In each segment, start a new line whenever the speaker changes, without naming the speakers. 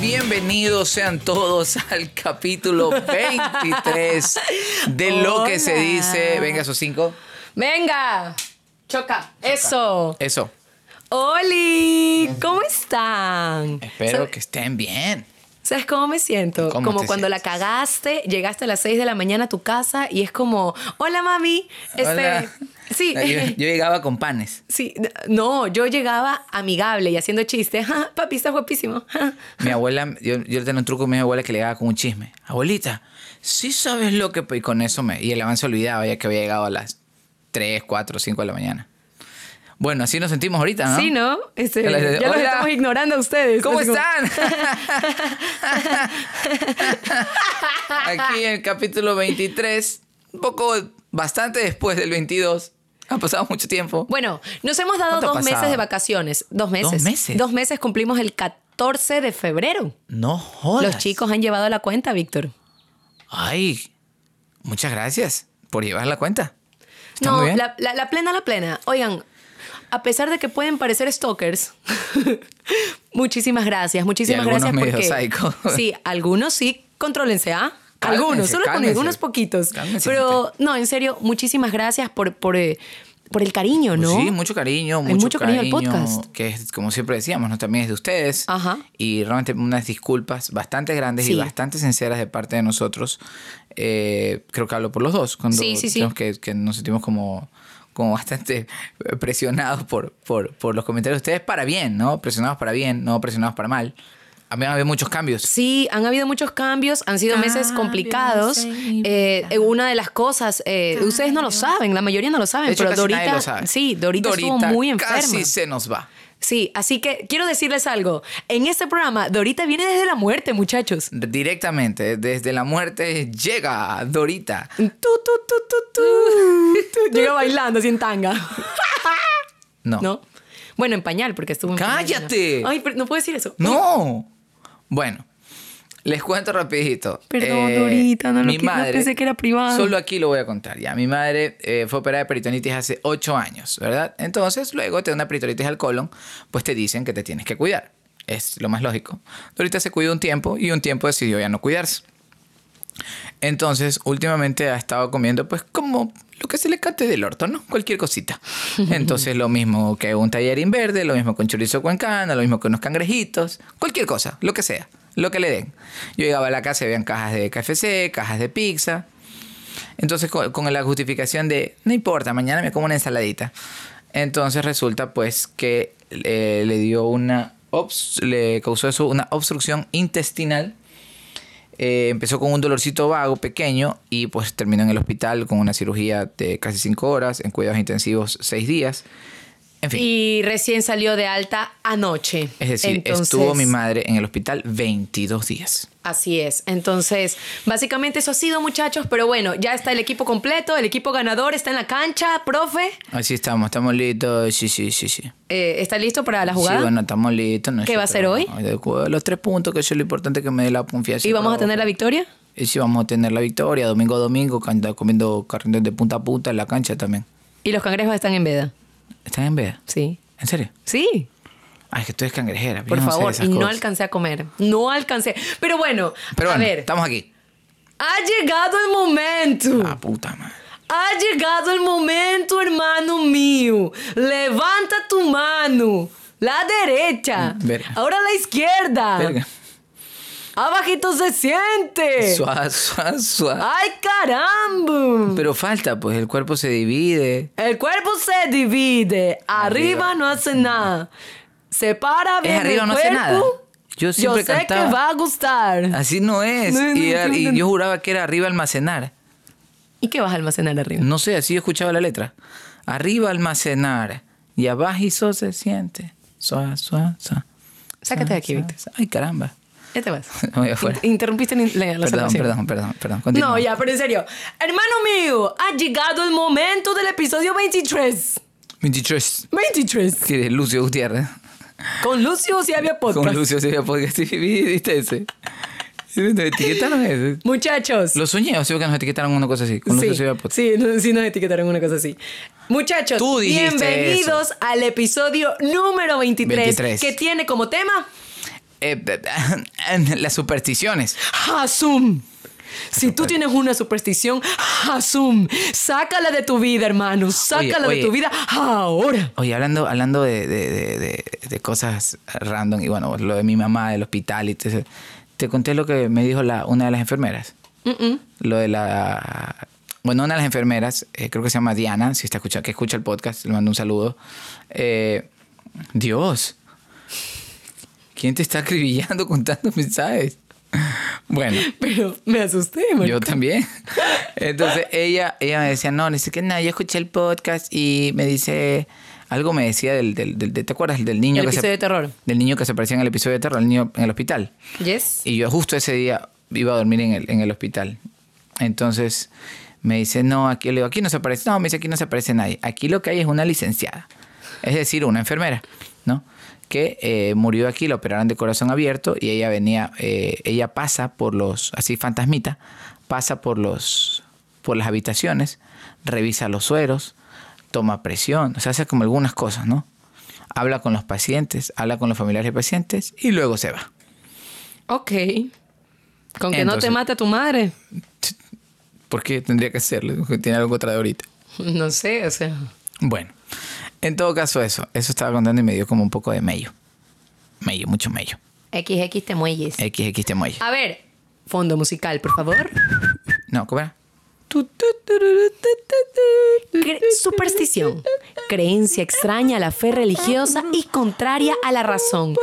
bienvenidos sean todos al capítulo 23 de lo que se
Hola.
dice. Venga, esos cinco.
Venga, choca. Eso.
Eso.
Oli, ¿cómo están?
Espero
¿Sabes-
que estén bien.
¿Sabes cómo me siento?
¿Cómo
como
te
cuando la
sientes?
cagaste, llegaste a las 6 de la mañana a tu casa y es como, hola mami. Este,
Hola.
Sí.
Yo, yo llegaba con panes.
Sí, no, yo llegaba amigable y haciendo chistes. "Ja, Papi, estás guapísimo. Ja".
Mi abuela, yo, yo tenía un truco con mi abuela que le daba con un chisme. Abuelita, sí sabes lo que... Y con eso me... Y el avance olvidaba ya que había llegado a las 3, 4, 5 de la mañana. Bueno, así nos sentimos ahorita, ¿no?
Sí, ¿no? Este,
Hola,
ya los
hola.
estamos ignorando a ustedes.
¿Cómo
Así como-
están? Aquí en el capítulo 23, un poco, bastante después del 22, ha pasado mucho tiempo.
Bueno, nos hemos dado
¿Cuánto ha
dos meses
pasado?
de vacaciones. Dos meses.
meses?
Dos meses cumplimos el 14 de febrero.
No jodas.
Los chicos han llevado la cuenta, Víctor.
Ay, muchas gracias por llevar la cuenta. Está
No,
muy bien.
La, la- la plena, la plena. Oigan, a pesar de que pueden parecer stalkers, muchísimas gracias, muchísimas
Y algunos
gracias
medio
porque
psycho.
sí, algunos sí, contrólense, ¿ah?
Cálmense,
algunos, solo con
cálmense.
algunos poquitos.
Cálmense,
Pero no, en serio, muchísimas gracias por por, eh, por el cariño, ¿no?
Pues Sí, mucho cariño,
Hay
mucho,
mucho cariño al podcast.
Que es, como siempre decíamos, ¿no? también es de ustedes.
Ajá.
Y realmente unas disculpas bastante grandes
Sí.
y bastante sinceras de parte de nosotros. Eh, creo que hablo por los dos. Cuando
Sí, sí, sí.
decimos Que, que nos sentimos como, como bastante presionados por, por, por los comentarios de ustedes para bien, ¿no? Presionados para bien, no presionados para mal. A mí había muchos cambios.
Sí, han habido muchos cambios, han sido meses
Cambios
complicados.
en
Eh, una de las cosas, eh, ustedes no lo saben, la mayoría no lo saben,
De hecho,
pero
casi
Dorita,
nadie lo sabe.
sí, Dorita, estuvo
Dorita
muy enferma.
Casi se nos va.
Sí, así que quiero decirles algo. En este programa, Dorita viene desde la muerte, muchachos.
Directamente, desde la muerte llega Dorita.
Tu, tu, tu, tu, tu. Llega bailando así en tanga.
No.
¿No? Bueno, en pañal, porque estuvo en pañal.
¡Cállate!
Ay, pero no puedo decir eso.
¡No! Bueno, les cuento rapidito. Eh,
Perdón, Dorita, no lo
mi
qui- no
madre-
pensé que era privado.
Solo aquí lo voy a contar ya. Mi madre eh, fue operada de peritonitis hace 8 años, ¿verdad? Entonces, luego te da una peritonitis al colon, pues te dicen que te tienes que cuidar. Es lo más lógico. Dorita se cuidó un tiempo y un tiempo decidió ya no cuidarse. Entonces, últimamente ha estado comiendo, pues, como lo que se le cante del orto, ¿no? Cualquier cosita. Entonces, lo mismo que un tallarín verde, lo mismo con chorizo cuencana, lo mismo que unos cangrejitos, cualquier cosa, lo que sea, lo que le den. Yo llegaba a la casa y veían cajas de KFC, cajas de pizza. Entonces, con, con la justificación de, no importa, mañana me como una ensaladita. Entonces, resulta, pues, que eh, le dio una. obs- le causó eso una obstrucción intestinal. Eh, empezó con un dolorcito vago, pequeño, y pues terminó en el hospital con una cirugía de casi 5 horas, en cuidados intensivos 6 días. En fin,
Y recién salió de alta anoche.
es decir,
Entonces,
estuvo mi madre en el hospital 22 días.
Así es. Entonces, básicamente eso ha sido, muchachos. Pero bueno, ya está el equipo completo, el equipo ganador está en la cancha, profe.
Así estamos, estamos listos, sí, sí, sí, sí.
Eh, ¿Está listo para la
Sí,
jugada?
bueno, estamos listos.
¿Qué va a hacer hoy?
hoy? Los tres puntos, que eso es lo importante que me dé la confianza.
¿Y vamos a
profe.
tener la victoria?
Y sí, vamos a tener la victoria, domingo a domingo, canta- comiendo carritos de punta a punta en la cancha también.
Y los cangrejos están en veda.
¿Están en veda?
Sí.
¿En serio?
Sí.
Ay, es que tú eres cangrejera. yo
Por
no sé
favor,
esas
y no
cosas.
alcancé a comer. No alcancé. Pero bueno,
Pero
a
bueno,
ver,
estamos aquí.
ha llegado el momento.
Ah, puta madre.
Ha llegado el momento, hermano mío. Levanta tu mano. La derecha.
Mm, verga.
Ahora la izquierda.
Verga.
Abajito se siente.
Suave, suave, suave.
Ay, caramba.
Pero falta, pues el cuerpo se divide.
El cuerpo se divide. Arriba, no hace nada. Se para bien.
Es arriba,
el
no hace
cuerpo.
nada. Yo siempre
sé
cantaba.
que va a gustar.
Así no es.
Eh. No, no,
y,
no,
y
no, no.
yo juraba que era arriba almacenar.
¿Y qué vas a almacenar arriba?
No sé, así yo escuchaba la letra. Arriba almacenar. Y abajo y so se siente. Suave, suave, suave.
Sácate de aquí,
Suave,
Víctor.
suave. Ay, caramba.
Ya te vas.
Me voy afuera.
In- Interrumpiste la, la
Perdón,
salvación.
perdón, perdón, perdón.
No,
Continúa.
ya, pero en serio. Hermano mío, ha llegado el momento del episodio 23.
23.
23.
Que de Lucio Gutiérrez.
Con Lucio si había podcast.
Con Lucio se podcast. Sí, ¿Viste ese? ¿Nos etiquetaron ese?
Muchachos.
Lo soñé, o sea que nos etiquetaron una cosa así. Con
sí,
Lucio Silvia Podcast.
sí, no- sí nos etiquetaron una cosa así. Muchachos,
Tú dijiste
bienvenidos al episodio número 23,
23.
que tiene como tema
eh, las supersticiones.
Hasum. Si tú tienes una superstición, Hasum, sácala de tu vida, hermano. Sácala
oye.
de tu vida ahora.
Oye, hablando, hablando de, de- de- de- de cosas random y bueno, lo de mi mamá, del hospital y todo eso, Te conté lo que me dijo la, una de las enfermeras.
Mm-mm.
Lo de la... Bueno, una de las enfermeras, eh, creo que se llama Diana, si está escuchando, que escucha el podcast, le mando un saludo. Eh, Dios, ¿quién te está acribillando con tantos mensajes? Bueno.
Pero me asusté, man.
Yo también. Entonces ella, ella me decía, no, ni sé qué, nada, yo escuché el podcast y me dice, algo me decía del, del, del- de- ¿te acuerdas? Del niño,
El
que
episodio
se,
de terror.
del niño que se aparecía en el episodio de terror, el niño en el hospital.
Yes.
Y yo justo ese día iba a dormir en el, en el hospital. Entonces me dice, no, aquí, le digo, aquí no se aparece, no, me dice, aquí no se aparece nadie. Aquí lo que hay es una licenciada, es decir, una enfermera, ¿no? Que eh, murió aquí, la operaron de corazón abierto y ella venía, eh, ella pasa por los, así fantasmita, pasa por los, por las habitaciones, revisa los sueros, toma presión, o sea, hace como algunas cosas, ¿no? Habla con los pacientes, habla con los familiares de pacientes y luego se va.
Ok. Con que no
Entonces-
te mate tu madre.
¿Por qué tendría que hacerlo? Tiene algo contra de ahorita.
No sé, o sea.
Bueno, en todo caso eso. Eso estaba contando y me dio como un poco de mello. Mello, mucho mello.
XX te muelles.
XX te muelle.
A ver, fondo musical, por favor.
No, ¿cómo era?
Cre- superstición. Creencia extraña a la fe religiosa y contraria a la razón.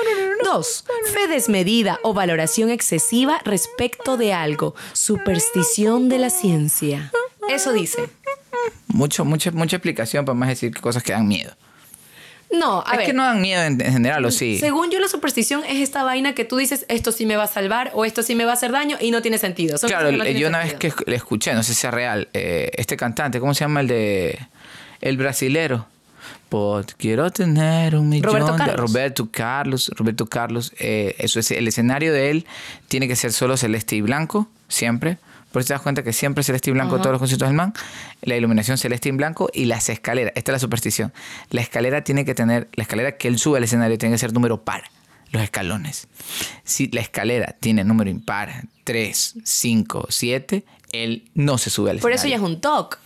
2. Fe desmedida o valoración excesiva respecto de algo. Superstición de la ciencia. Eso dice.
Mucho, mucha, mucha explicación para más decir que cosas que dan miedo.
No, a
es
ver. Mm,
que no dan miedo en, en general, o sí.
Según yo, la superstición es esta vaina que tú dices, esto sí me va a salvar o esto sí me va a hacer daño y no tiene sentido. Son
Claro,
cosas que no
eh,
tienen
yo una vez
sentido.
que esc- le escuché, no sé si sea real, eh, este cantante, ¿cómo se llama el de. El brasilero? Por, quiero tener un millón
Roberto
de-
Carlos.
Roberto Carlos, Roberto Carlos, eh, eso es, el escenario de él tiene que ser solo celeste y blanco, siempre. Por eso te das cuenta que siempre es celeste y blanco en todos los conciertos del man. La iluminación celeste y blanco y las escaleras. Esta es la superstición. La escalera tiene que tener, la escalera que él sube al escenario tiene que ser número par, los escalones. Si la escalera tiene número impar, 3, 5, 7, él no se sube al
Por
escenario.
eso ya es un TOC.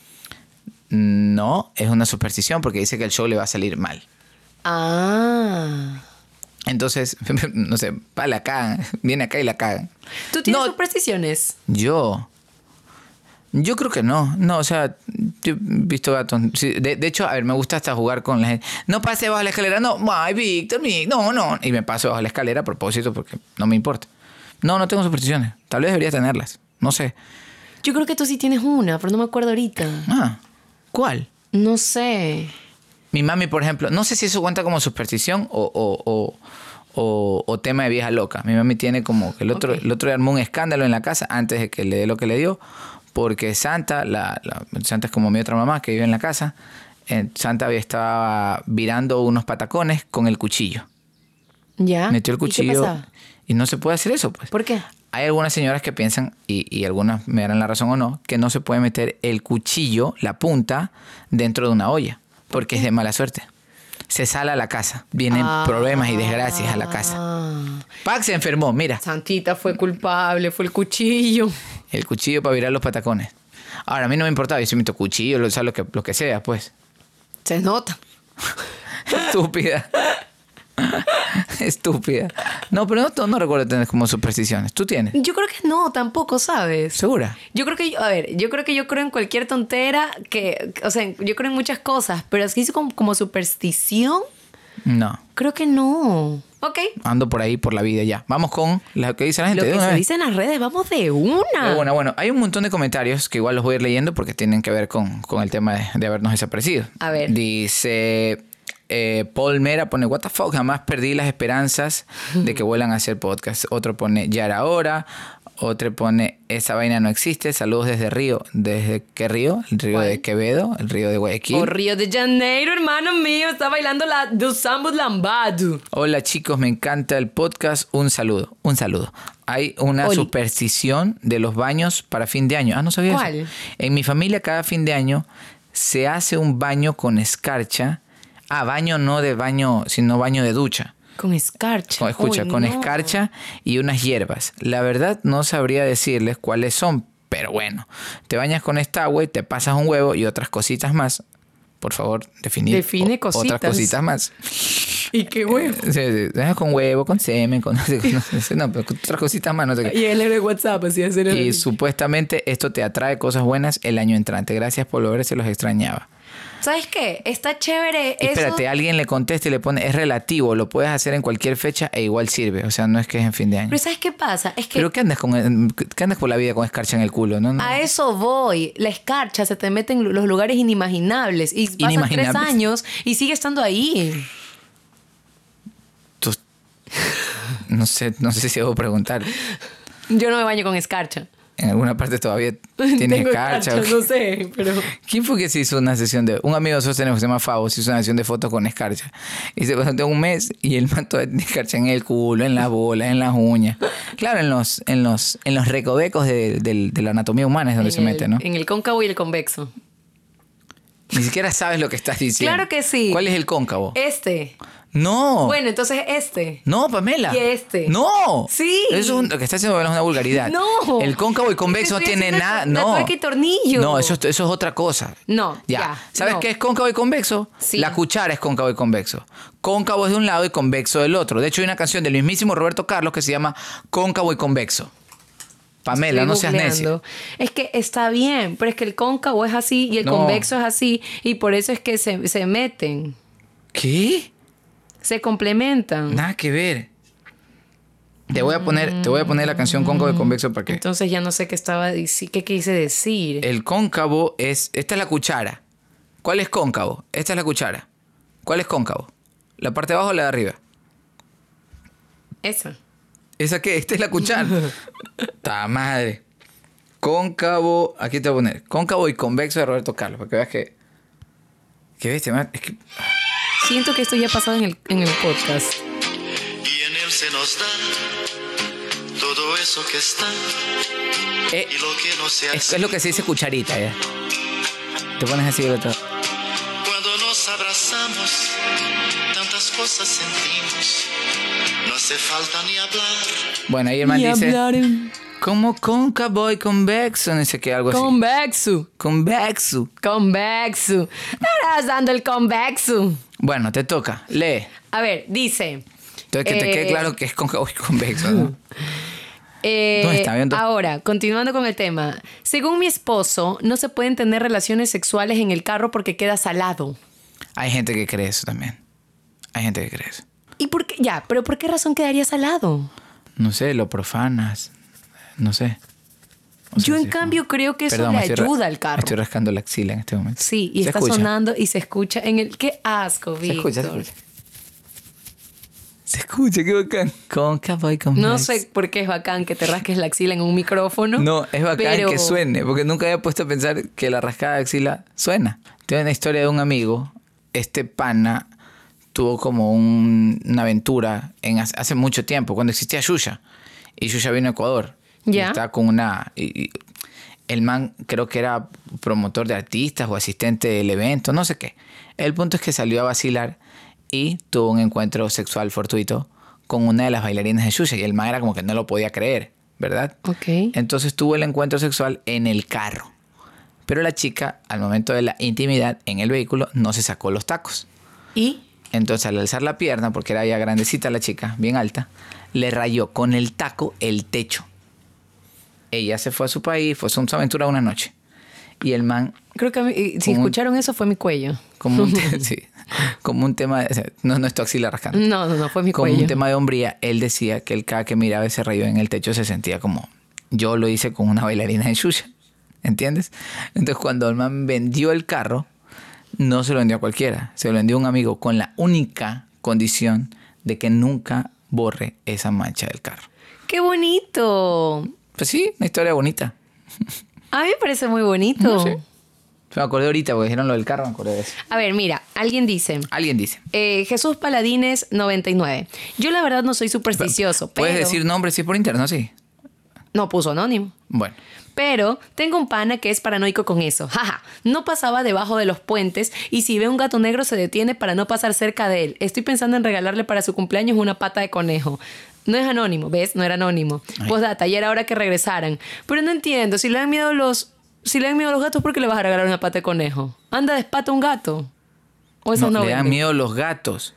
No, es una superstición porque dice que el show le va a salir mal.
Ah.
Entonces, no sé, pa, la cagan. Viene acá y la cagan.
¿Tú tienes
No.
supersticiones?
Yo. Yo creo que no. No, o sea, yo he visto gatos. Sí, de, de hecho, a ver, me gusta hasta jugar con la gente. No pase bajo la escalera, no. Ay, Víctor, mi- no, no. Y me paso bajo la escalera a propósito porque no me importa. No, no tengo supersticiones. Tal vez debería tenerlas. No sé.
Yo creo que tú sí tienes una, pero no me acuerdo ahorita.
Ah, ¿cuál?
No sé.
Mi mami, por ejemplo, no sé si eso cuenta como superstición o, o- o- o- o tema de vieja loca. Mi mami tiene como que el otro,
Ok.
el otro día armó un escándalo en la casa antes de que le dé lo que le dio, porque Santa, la, la- Santa es como mi otra mamá que vive en la casa, eh, Santa había estaba virando unos patacones con el cuchillo.
¿Ya?
Metió el
Ah, ¿Y qué
cuchillo.
pasaba?
¿Y, no se puede hacer eso, pues.
¿Por qué?
Hay algunas señoras que piensan, y, y algunas me darán la razón o no, que no se puede meter el cuchillo, la punta, dentro de una olla, porque es de mala suerte. Se sale a la casa, vienen problemas y desgracias a la casa.
Ah,
Pac se enfermó, mira,
Santita fue culpable, fue el cuchillo.
el cuchillo para virar los patacones. Ahora, a mí no me importaba, yo se meto cuchillo, lo, o sea, lo, que, lo que sea, pues.
Se nota.
Estúpida. Estúpida. No, pero no, no recuerdo tener como supersticiones. ¿Tú tienes?
Yo creo que no, tampoco, ¿sabes?
¿Segura?
Yo creo que, yo- a ver, yo creo que yo creo en cualquier tontera que, o sea, yo creo en muchas cosas, pero así como, como superstición,
No.
creo que no. Ok.
ando por ahí por la vida ya. Vamos con lo que dice la gente.
Lo
de
que
una
se
vez.
dice en las redes, vamos de una.
Pero Bueno, bueno, hay un montón de comentarios que igual los voy a ir leyendo porque tienen que ver con, con el tema de, de habernos desaparecido.
A ver.
Dice eh, Paul Mera pone, what the fuck, jamás perdí las esperanzas de que vuelan a hacer podcast. Otro pone, ya era hora. Otro pone, esa vaina no existe. Saludos desde Río. ¿Desde qué río? El río de
¿Cuál?
Quevedo, el río de Guayaquil.
Oh, Río de Janeiro, hermano mío, está bailando la do samba lambado.
Hola chicos, me encanta el podcast. Un saludo, un saludo. Hay una
Oli.
superstición de los baños para fin de año. Ah, no sabía eso.
¿Cuál?
En mi familia cada fin de año se hace un baño con escarcha. Ah, baño no de baño, sino baño de ducha.
Con escarcha.
Con, escucha,
Uy,
con
no.
escarcha y unas hierbas. La verdad no sabría decirles cuáles son, pero bueno, te bañas con esta agua y te pasas un huevo y otras cositas más. Por favor, definir
Define
o- otras
cositas.
cositas más.
Y qué huevo.
Sí, sí, dejas con huevo, con semen, con no sé, con- no sé, no, pero con otras cositas más, no sé qué.
Y él era de WhatsApp, así hacer
Y supuestamente esto te atrae cosas buenas el año entrante. Gracias por lo ver, se los extrañaba.
¿Sabes qué? Está chévere
Y
eso.
espérate, alguien le contesta y le pone, es relativo, lo puedes hacer en cualquier fecha e igual sirve. O sea, no es que es en fin de año.
Pero ¿sabes qué pasa? Es que
Pero ¿qué andas, con, eh, qué andas por la vida con escarcha en el culo? No, no.
a eso voy. La escarcha se te mete en los lugares inimaginables. Y pasan
Inimaginables.
tres años y sigue estando ahí.
Tú- no sé, no sé si debo preguntar.
Yo no me baño con escarcha.
En alguna parte todavía tienes
Tengo
escarcha.
escarcha, no sé, pero...
¿Quién fue que se hizo una sesión de... Un amigo de nosotros tenemos que se llama Favo, se hizo una sesión de fotos con escarcha. Y se pasó un mes y el manto de escarcha en el culo, en las bolas, en las uñas. Claro, en los, en los, en los recovecos de, del- de la anatomía humana es donde
en
se
el-
mete, ¿no?
En el cóncavo y el convexo.
Ni siquiera sabes lo que estás diciendo.
Claro que sí.
¿Cuál es el cóncavo?
Este.
no.
Bueno, entonces este.
No, Pamela.
Y este.
No.
Sí.
Eso es un- lo que está haciendo Pamela es una vulgaridad.
No.
El cóncavo y convexo no
Estoy
tiene
haciendo
nada.
tu- la
No.
tuerca y tornillo.
No, eso, es- eso es otra cosa.
No,
Ya.
ya,
¿Sabes
no.
qué es cóncavo y convexo?
Sí.
La cuchara es cóncavo y convexo. Cóncavo es de un lado y convexo del otro. De hecho, hay una canción del mismísimo Roberto Carlos que se llama Cóncavo y convexo. Pamela,
Estoy
no seas necio.
googleando. Es que está bien, pero es que el cóncavo es así y el
No.
convexo es así y por eso es que se, se meten,
¿Qué?
se complementan.
Nada que ver. Te voy a poner, te voy a poner la canción cóncavo y convexo para que.
Entonces ya no sé qué estaba dici- qué quise decir.
El cóncavo es. Esta es la cuchara. ¿Cuál es cóncavo? Esta es la cuchara. ¿Cuál es cóncavo? ¿La parte de abajo o la de arriba?
Eso.
¿Esa qué? Esta es la cuchara. ¡Ta madre! Cóncavo. Aquí te voy a poner. Cóncavo y convexo de Roberto Carlos. Para que veas que. ¿Qué viste, man? Es que.
Siento que esto ya ha pasado en el, en el podcast.
Y en él se nos da todo eso que está
eh,
y lo que no se
es,
hace.
es lo que se dice cucharita, ya. Te pones así del otro.
Cuando nos abrazamos, tantas cosas sentimos. No hace falta ni hablar.
Bueno, ahí el man
Y
dice.
hablar en
¿Cómo cóncavo y convexo? No sé qué, algo así.
convexo,
Convexo.
convexo. Estarás dando el convexo.
Bueno, te toca. Lee.
A ver, dice.
Entonces, que te quede
eh,
claro que es cóncavo y convexo, ¿no?
Eh,
No, está bien, do-
Ahora, continuando con el tema. Según mi esposo, no se pueden tener relaciones sexuales en el carro porque queda salado.
Hay gente que cree eso también. Hay gente que cree eso.
¿Y por qué? Ya, pero ¿por qué razón quedaría salado?
No sé, lo profanas. No sé. O sea,
Yo, en
sí,
cambio, creo que eso
Perdón,
le
me estoy ra-
ayuda al carro.
me Estoy rascando la axila en este momento.
Sí, y
Se
está
escucha.
sonando y se escucha en el... ¡Qué asco,
Se
Víctor!
escucha, se escucha. Se escucha, qué bacán. Cóncavo y convexo.
No sé por qué es bacán que te rasques la axila en un micrófono.
No, es bacán
pero-
que suene, porque nunca había puesto a pensar que la rascada de axila suena. Tengo una historia de un amigo, este pana tuvo como un- una aventura en hace, hace mucho tiempo, cuando existía Yuya. Y Yuya vino a Ecuador. Y
Ya.
estaba con una... y- y el man creo que era promotor de artistas o asistente del evento, no sé qué. El punto es que salió a vacilar y tuvo un encuentro sexual fortuito con una de las bailarinas de Yuya. Y el man era como que no lo podía creer, ¿verdad?
Ok.
Entonces tuvo el encuentro sexual en el carro. Pero la chica, al momento de la intimidad en el vehículo, no se sacó los tacos.
¿Y?
Entonces, al alzar la pierna, porque era ya grandecita la chica, bien alta, le rayó con el taco el techo. Ella se fue a su país, fue a su su aventura una noche. Y el man,
Creo que a mí- y si
Como un-
escucharon eso fue mi cuello.
como un, te- sí, como un tema, de- o sea, no, no es tu axila rascando,
No, no, no, fue mi
como
cuello.
un tema de hombría, él decía que él cada que miraba ese rayo en el techo se sentía como yo lo hice con una bailarina de Xuxa, ¿entiendes? Entonces cuando el man vendió el carro, no se lo vendió a cualquiera, se lo vendió a un amigo con la única condición de que nunca borre esa mancha del carro.
¡Qué bonito!
Pues sí, una historia bonita.
A mí me parece muy bonito.
No sé. Me acordé ahorita porque dijeron lo del carro, me acordé de eso.
A ver, mira, alguien dice...
Alguien dice.
Eh, Jesús Paladines 99. Yo la verdad no soy supersticioso,
Puedes
pero
decir nombres si es por interno, sí.
No puso anónimo.
Bueno.
Pero tengo un pana que es paranoico con eso. Jaja, no pasaba debajo de los puentes y si ve un gato negro se detiene para no pasar cerca de él. Estoy pensando en regalarle para su cumpleaños una pata de conejo. No es anónimo, ¿ves? No era anónimo. Postdata, ya era hora que regresaran. Pero no entiendo, si le dan miedo los si le dan miedo a los gatos, ¿por qué le vas a regalar una pata de conejo? Anda de espata un gato. O eso
No,
no,
le dan
venden.
miedo los gatos.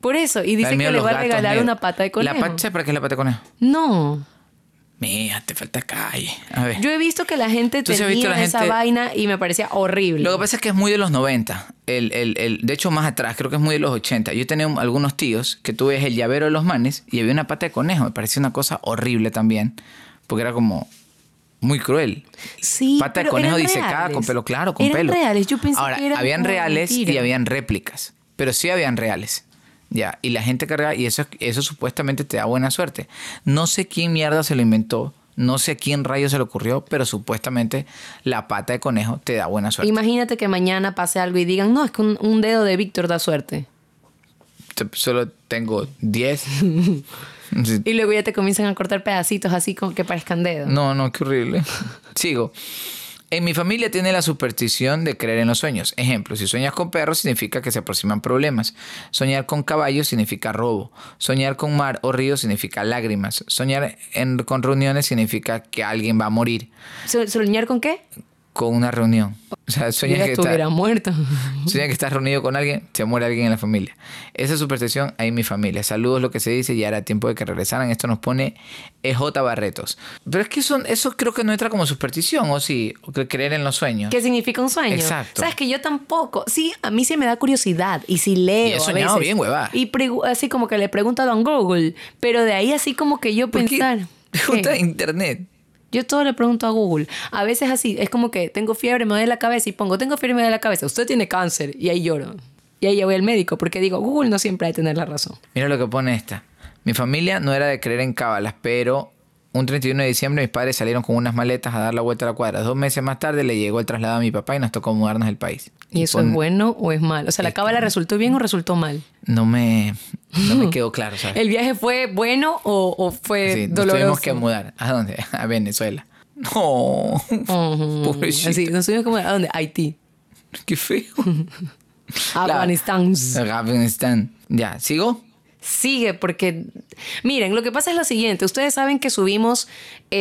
Por eso, y
Le
dice
dan miedo
que le
los
va a
gatos,
regalar
mira.
una pata de conejo.
¿La pata ¿sabes para qué es la pata de conejo?
No.
Mira, te falta calle. A ver.
Yo he visto que la gente
Eh. Tú sí has
tenía
visto la
esa
gente-
vaina y me parecía horrible.
Lo que pasa es que es muy de los 90. El, el, el, de hecho, más atrás, creo que es muy de los 80. Yo tenía un- algunos tíos que tú ves el llavero de los manes y había una pata de conejo. Me parecía una cosa horrible también, porque era como muy cruel.
Sí,
pata de
pero
conejo
eran
disecada
reales.
con pelo, claro, con
Eran
pelo.
reales, yo pensé
Ahora,
que eran
habían
como
reales y
mentira.
habían réplicas, pero sí habían reales. Ya, y la gente cargaba, y eso, eso supuestamente te da buena suerte. No sé quién mierda se lo inventó, no sé a quién rayo se le ocurrió, pero supuestamente la pata de conejo te da buena suerte.
Imagínate que mañana pase algo y digan, no, es que un, un dedo de Víctor da suerte.
Te- solo tengo 10. Sí.
Y luego ya te comienzan a cortar pedacitos así como que parezcan dedos.
no, no, qué horrible. Sigo. En mi familia tiene la superstición de creer en los sueños. Ejemplo, si sueñas con perros significa que se aproximan problemas. Soñar con caballos significa robo. Soñar con mar o río significa lágrimas. Soñar en- con reuniones significa que alguien va a morir
So- ¿Soñar con qué?
con una reunión. O sea,
Yo
sueñas
ya
que está-
estuviera muerto.
Sueña que estás reunido con alguien, se muere alguien en la familia. Esa superstición hay en mi familia. Saludos, lo que se dice, ya era tiempo de que regresaran. Esto nos pone EJ Barretos. Pero es que eso, eso creo que no entra como superstición, o sí, o que creer en los sueños.
¿Qué significa un sueño?
Exacto.
¿Sabes que yo tampoco? Sí, a mí sí me da curiosidad. Y si leo.
Y he
a
soñado
veces.
bien, huevada.
Y pregu- así como que le pregunto a Don Google. Pero de ahí así como que yo
¿Por qué
pensar.
Pregunta
¿qué?
de internet.
Yo todo le pregunto a Google. A veces así, es como que tengo fiebre, me duele la cabeza y pongo, tengo fiebre, me duele la cabeza. Usted tiene cáncer. Y ahí lloro. Y ahí ya voy al médico porque digo, Google no siempre ha de tener la razón.
Mira lo que pone esta. Mi familia no era de creer en cábalas, pero un 31 de diciembre mis padres salieron con unas maletas a dar la vuelta a la cuadra. Dos meses más tarde le llegó el traslado a mi papá y nos tocó mudarnos del país.
¿Y eso
pone-
es bueno o es malo? O sea, la
Es
cábala resultó bien o resultó mal.
No me, no me quedó claro, ¿sabes?
¿El viaje fue bueno o, o fue
Sí, nos
doloroso?
tuvimos que mudar. ¿A dónde? A Venezuela. No.
Ujú.
Pobrecito.
Mm, Así, nos tuvimos que mudar. ¿A dónde? Haití.
Qué feo. La-
Afganistán.
Afganistán. Ya, ¿sigo?
Sigue, porque miren, lo que pasa es lo siguiente. Ustedes saben que subimos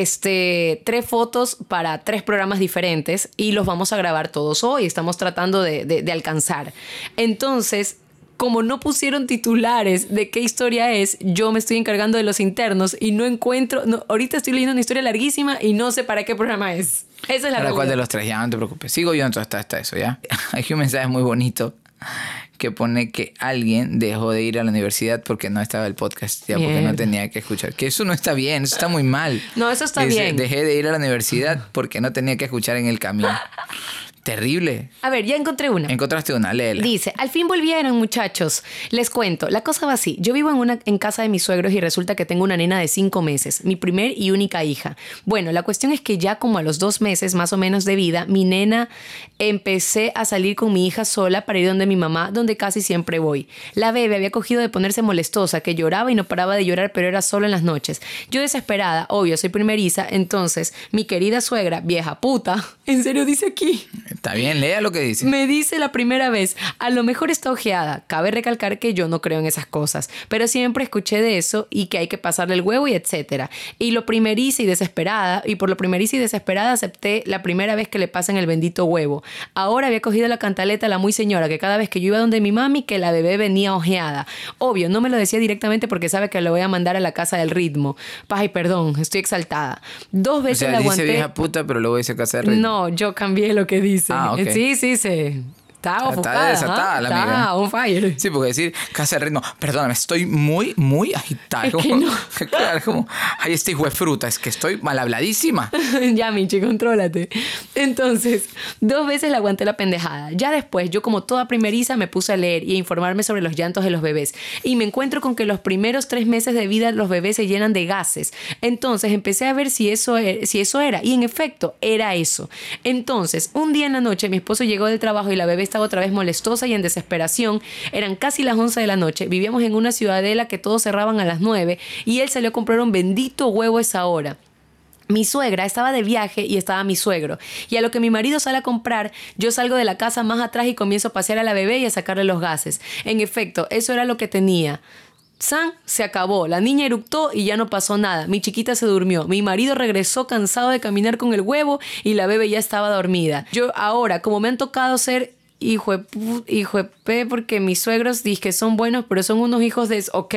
este, tres fotos para tres programas diferentes y los vamos a grabar todos hoy. Estamos tratando de, de- de alcanzar. Entonces, como no pusieron titulares de qué historia es, yo me estoy encargando de los internos y no encuentro. no, ahorita estoy leyendo una historia larguísima y no sé para qué programa es. Esa es la
¿Para
realidad.
cuál de los tres? Ya, no te preocupes. Sigo yo entonces hasta, hasta eso, ¿ya? Hay un mensaje muy bonito que pone que alguien dejó de ir a la universidad porque no estaba el podcast, ya, porque no
Mierda.
tenía que escuchar. Que eso no está bien, eso está muy mal.
No, eso está
Dice,
bien.
Dejé de ir a la universidad porque no tenía que escuchar en el camino. Terrible.
A ver, ya encontré una.
Encontraste una, léela.
Dice, al fin volvieron muchachos. Les cuento, la cosa va así. Yo vivo en, una, en casa de mis suegros y resulta que tengo una nena de cinco meses, mi primer y única hija. Bueno, la cuestión es que ya como a los dos meses más o menos de vida, mi nena empecé a salir con mi hija sola para ir donde mi mamá, donde casi siempre voy. La bebé había cogido de ponerse molestosa, que lloraba y no paraba de llorar, pero era solo en las noches. Yo desesperada, obvio, soy primeriza, entonces mi querida suegra, vieja puta, en serio dice aquí.
Está bien, lea lo que dice.
Me dice la primera vez, a lo mejor está ojeada. Cabe recalcar que yo no creo en esas cosas, pero siempre escuché de eso y que hay que pasarle el huevo y etcétera. Y lo primeriza y desesperada, y por lo primeriza y desesperada acepté la primera vez que le pasan el bendito huevo. Ahora había cogido la cantaleta a la muy señora que cada vez que yo iba donde mi mami que la bebé venía ojeada. Obvio, no me lo decía directamente porque sabe que lo voy a mandar a la casa del ritmo. Ay, perdón, estoy exaltada. Dos
O
veces
sea,
la
dice
aguanté.
vieja puta, pero luego dice casa de ritmo.
No, yo cambié lo que dice.
Ah, ok.
Sí, sí, sí. Está ofuscada.
desatada
¿ah?
la
Está
amiga.
on fire.
Sí, porque decir casa de ritmo, perdóname, estoy muy, muy agitada.
Es que
como,
no.
Claro, es como, ay, este hijo de fruta, es que estoy mal habladísima.
ya, Michi, contrólate. Entonces, dos veces la aguanté la pendejada. Ya después, yo como toda primeriza me puse a leer y a informarme sobre los llantos de los bebés. Y me encuentro con que los primeros tres meses de vida los bebés se llenan de gases. Entonces empecé a ver si eso, e- si eso era. Y en efecto, era eso. Entonces, un día en la noche, mi esposo llegó del trabajo y la bebé estaba otra vez molestosa y en desesperación. Eran casi las 11 de la noche. Vivíamos en una ciudadela que todos cerraban a las 9 y él salió a comprar un bendito huevo a esa hora. mi suegra estaba de viaje y estaba mi suegro. Y a lo que mi marido sale a comprar, yo salgo de la casa más atrás y comienzo a pasear a la bebé y a sacarle los gases. En efecto, eso era lo que tenía. San se acabó, la niña eructó y ya no pasó nada. Mi chiquita se durmió, mi marido regresó cansado de caminar con el huevo y la bebé ya estaba dormida. Yo ahora, como me han tocado ser hijo de, pu- hijo de pe, porque mis suegros dicen que son buenos, pero son unos hijos de... Ok,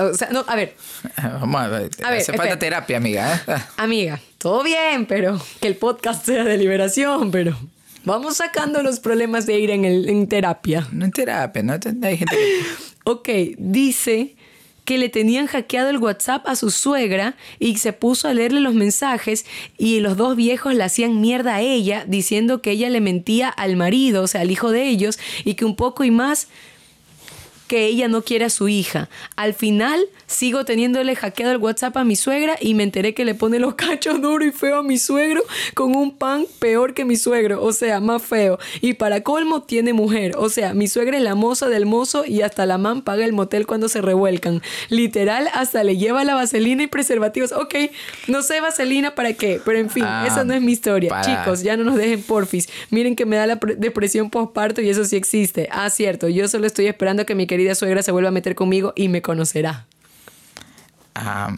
o sea, no, a ver,
Vamos a ver,
A ver,
hace
espera.
falta terapia, amiga. ¿eh?
Amiga, todo bien, pero que el podcast sea de liberación, pero vamos sacando los problemas de ir en, el- en terapia.
No es terapia, ¿no? Hay gente que...
Ok, dice que le tenían hackeado el WhatsApp a su suegra y se puso a leerle los mensajes y los dos viejos le hacían mierda a ella diciendo que ella le mentía al marido, o sea, al hijo de ellos, y que un poco y más que ella no quiere a su hija. Al final sigo teniéndole hackeado el WhatsApp a mi suegra y me enteré que le pone los cachos duro y feo a mi suegro con un pan peor que mi suegro, o sea, más feo. Y para colmo tiene mujer, o sea, mi suegra es la moza del mozo y hasta la man paga el motel cuando se revuelcan. Literal, hasta le lleva la vaselina y preservativos. Ok, no sé vaselina para qué, pero en fin,
Ah,
esa no es mi historia.
para-
Chicos, ya no nos dejen porfis. Miren que me da la pre- depresión postparto y eso sí existe. Ah, cierto. Yo solo estoy esperando que mi querida suegra se vuelva a meter conmigo y me conocerá.
Ah,